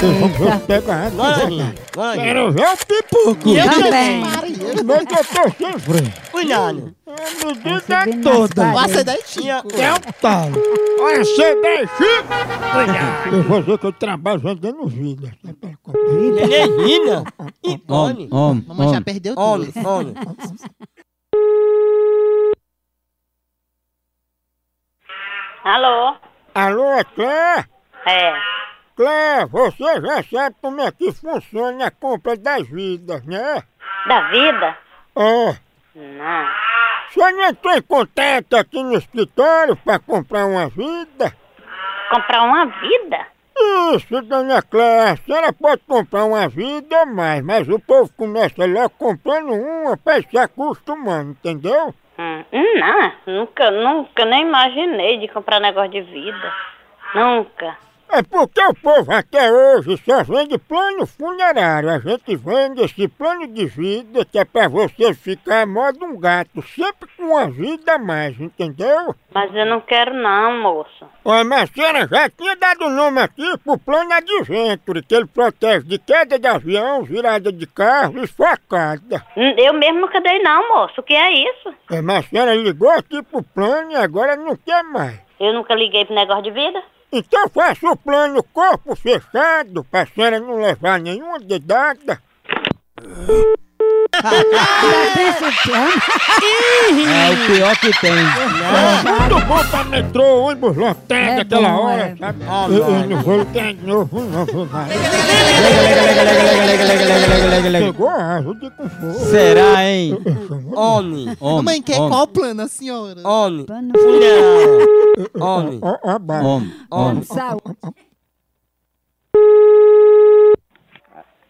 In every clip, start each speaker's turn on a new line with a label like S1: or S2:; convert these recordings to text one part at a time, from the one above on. S1: Vamos pegar água.
S2: Ganha, ganha.
S1: Quero ver o pipuco.
S2: E eu
S3: Também.
S1: Meio é que eu tô sem freio.
S2: Cuidado.
S1: A medida toda.
S2: Passa daí, tinha.
S1: É um talo. Olha, você daí, Chico. Eu vou dizer que eu trabalho vendendo vida. sabe aquela coisa?
S2: Menina. E
S4: Homem,
S2: homem.
S4: homem,
S3: Mamãe já
S4: homem.
S3: perdeu
S2: Homem,
S3: tudo.
S2: homem.
S5: Alô?
S1: Alô, Clé?
S5: É.
S1: Clé, você já sabe como é que funciona a compra das vidas, né?
S5: Da vida?
S1: É.
S5: Não.
S1: Você não entrou em contato aqui no escritório pra comprar uma vida?
S5: Comprar uma vida?
S1: Isso, dona Cléia, a senhora pode comprar uma vida ou mais, mas o povo começa logo comprando uma pra ir se acostumando, entendeu?
S5: Hum, hum, não. Nunca, nunca nem imaginei de comprar negócio de vida. Nunca.
S1: É porque o povo até hoje só vende plano funerário. A gente vende esse plano de vida que é pra você ficar a modo um gato, sempre com uma vida a mais, entendeu?
S5: Mas eu não quero não, moço.
S1: Olha, mas a senhora já tinha dado o nome aqui pro plano Adventure, que ele protege de queda de avião, virada de carro e facada.
S5: Hum, Eu mesmo nunca dei não, moço. O que é isso?
S1: É, mas a senhora ligou aqui pro plano e agora não quer mais.
S5: Eu nunca liguei pro negócio de vida.
S1: Então faça o plano corpo fechado, pra senhora não levar nenhuma dedada.
S4: É o pior que tem.
S1: Tudo bom pra metrô, ônibus lotado,
S3: É
S1: aquela
S3: bom,
S1: hora,
S3: é.
S1: sabe? eu, eu não vou lutar de novo, não vou mais. Pegou a ajuda com fogo.
S4: Será, hein?
S2: Homem.
S4: Homem,
S3: Mamãe, quer
S4: homem,
S3: qual o plano, Assim, a senhora?
S2: Homem.
S6: Pano
S2: Mulher. Homem.
S1: Ó, ó, bala.
S4: Homem, homem.
S6: sal.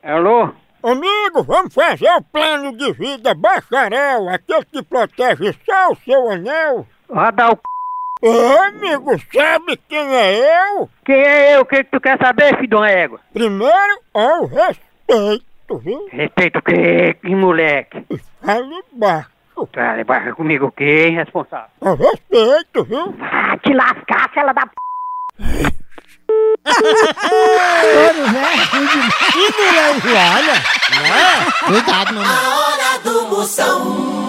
S7: Alô?
S1: Amigo, vamos fazer o plano de vida bacharel, aquele que protege só o seu anel.
S7: Vai dar o c...
S1: Ô, amigo, sabe quem é eu?
S7: Quem é eu? O que que tu quer saber, filho de uma égua?
S1: Primeiro, ao respeito, viu?
S7: Respeito o quê, que moleque?
S1: E fale baixo.
S7: Cara, baixa comigo o quê, hein, responsável?
S1: Ao respeito, viu?
S7: Ah, te lascar, fela da p...
S3: Cuidado, mamãe.
S8: Hora do Moção.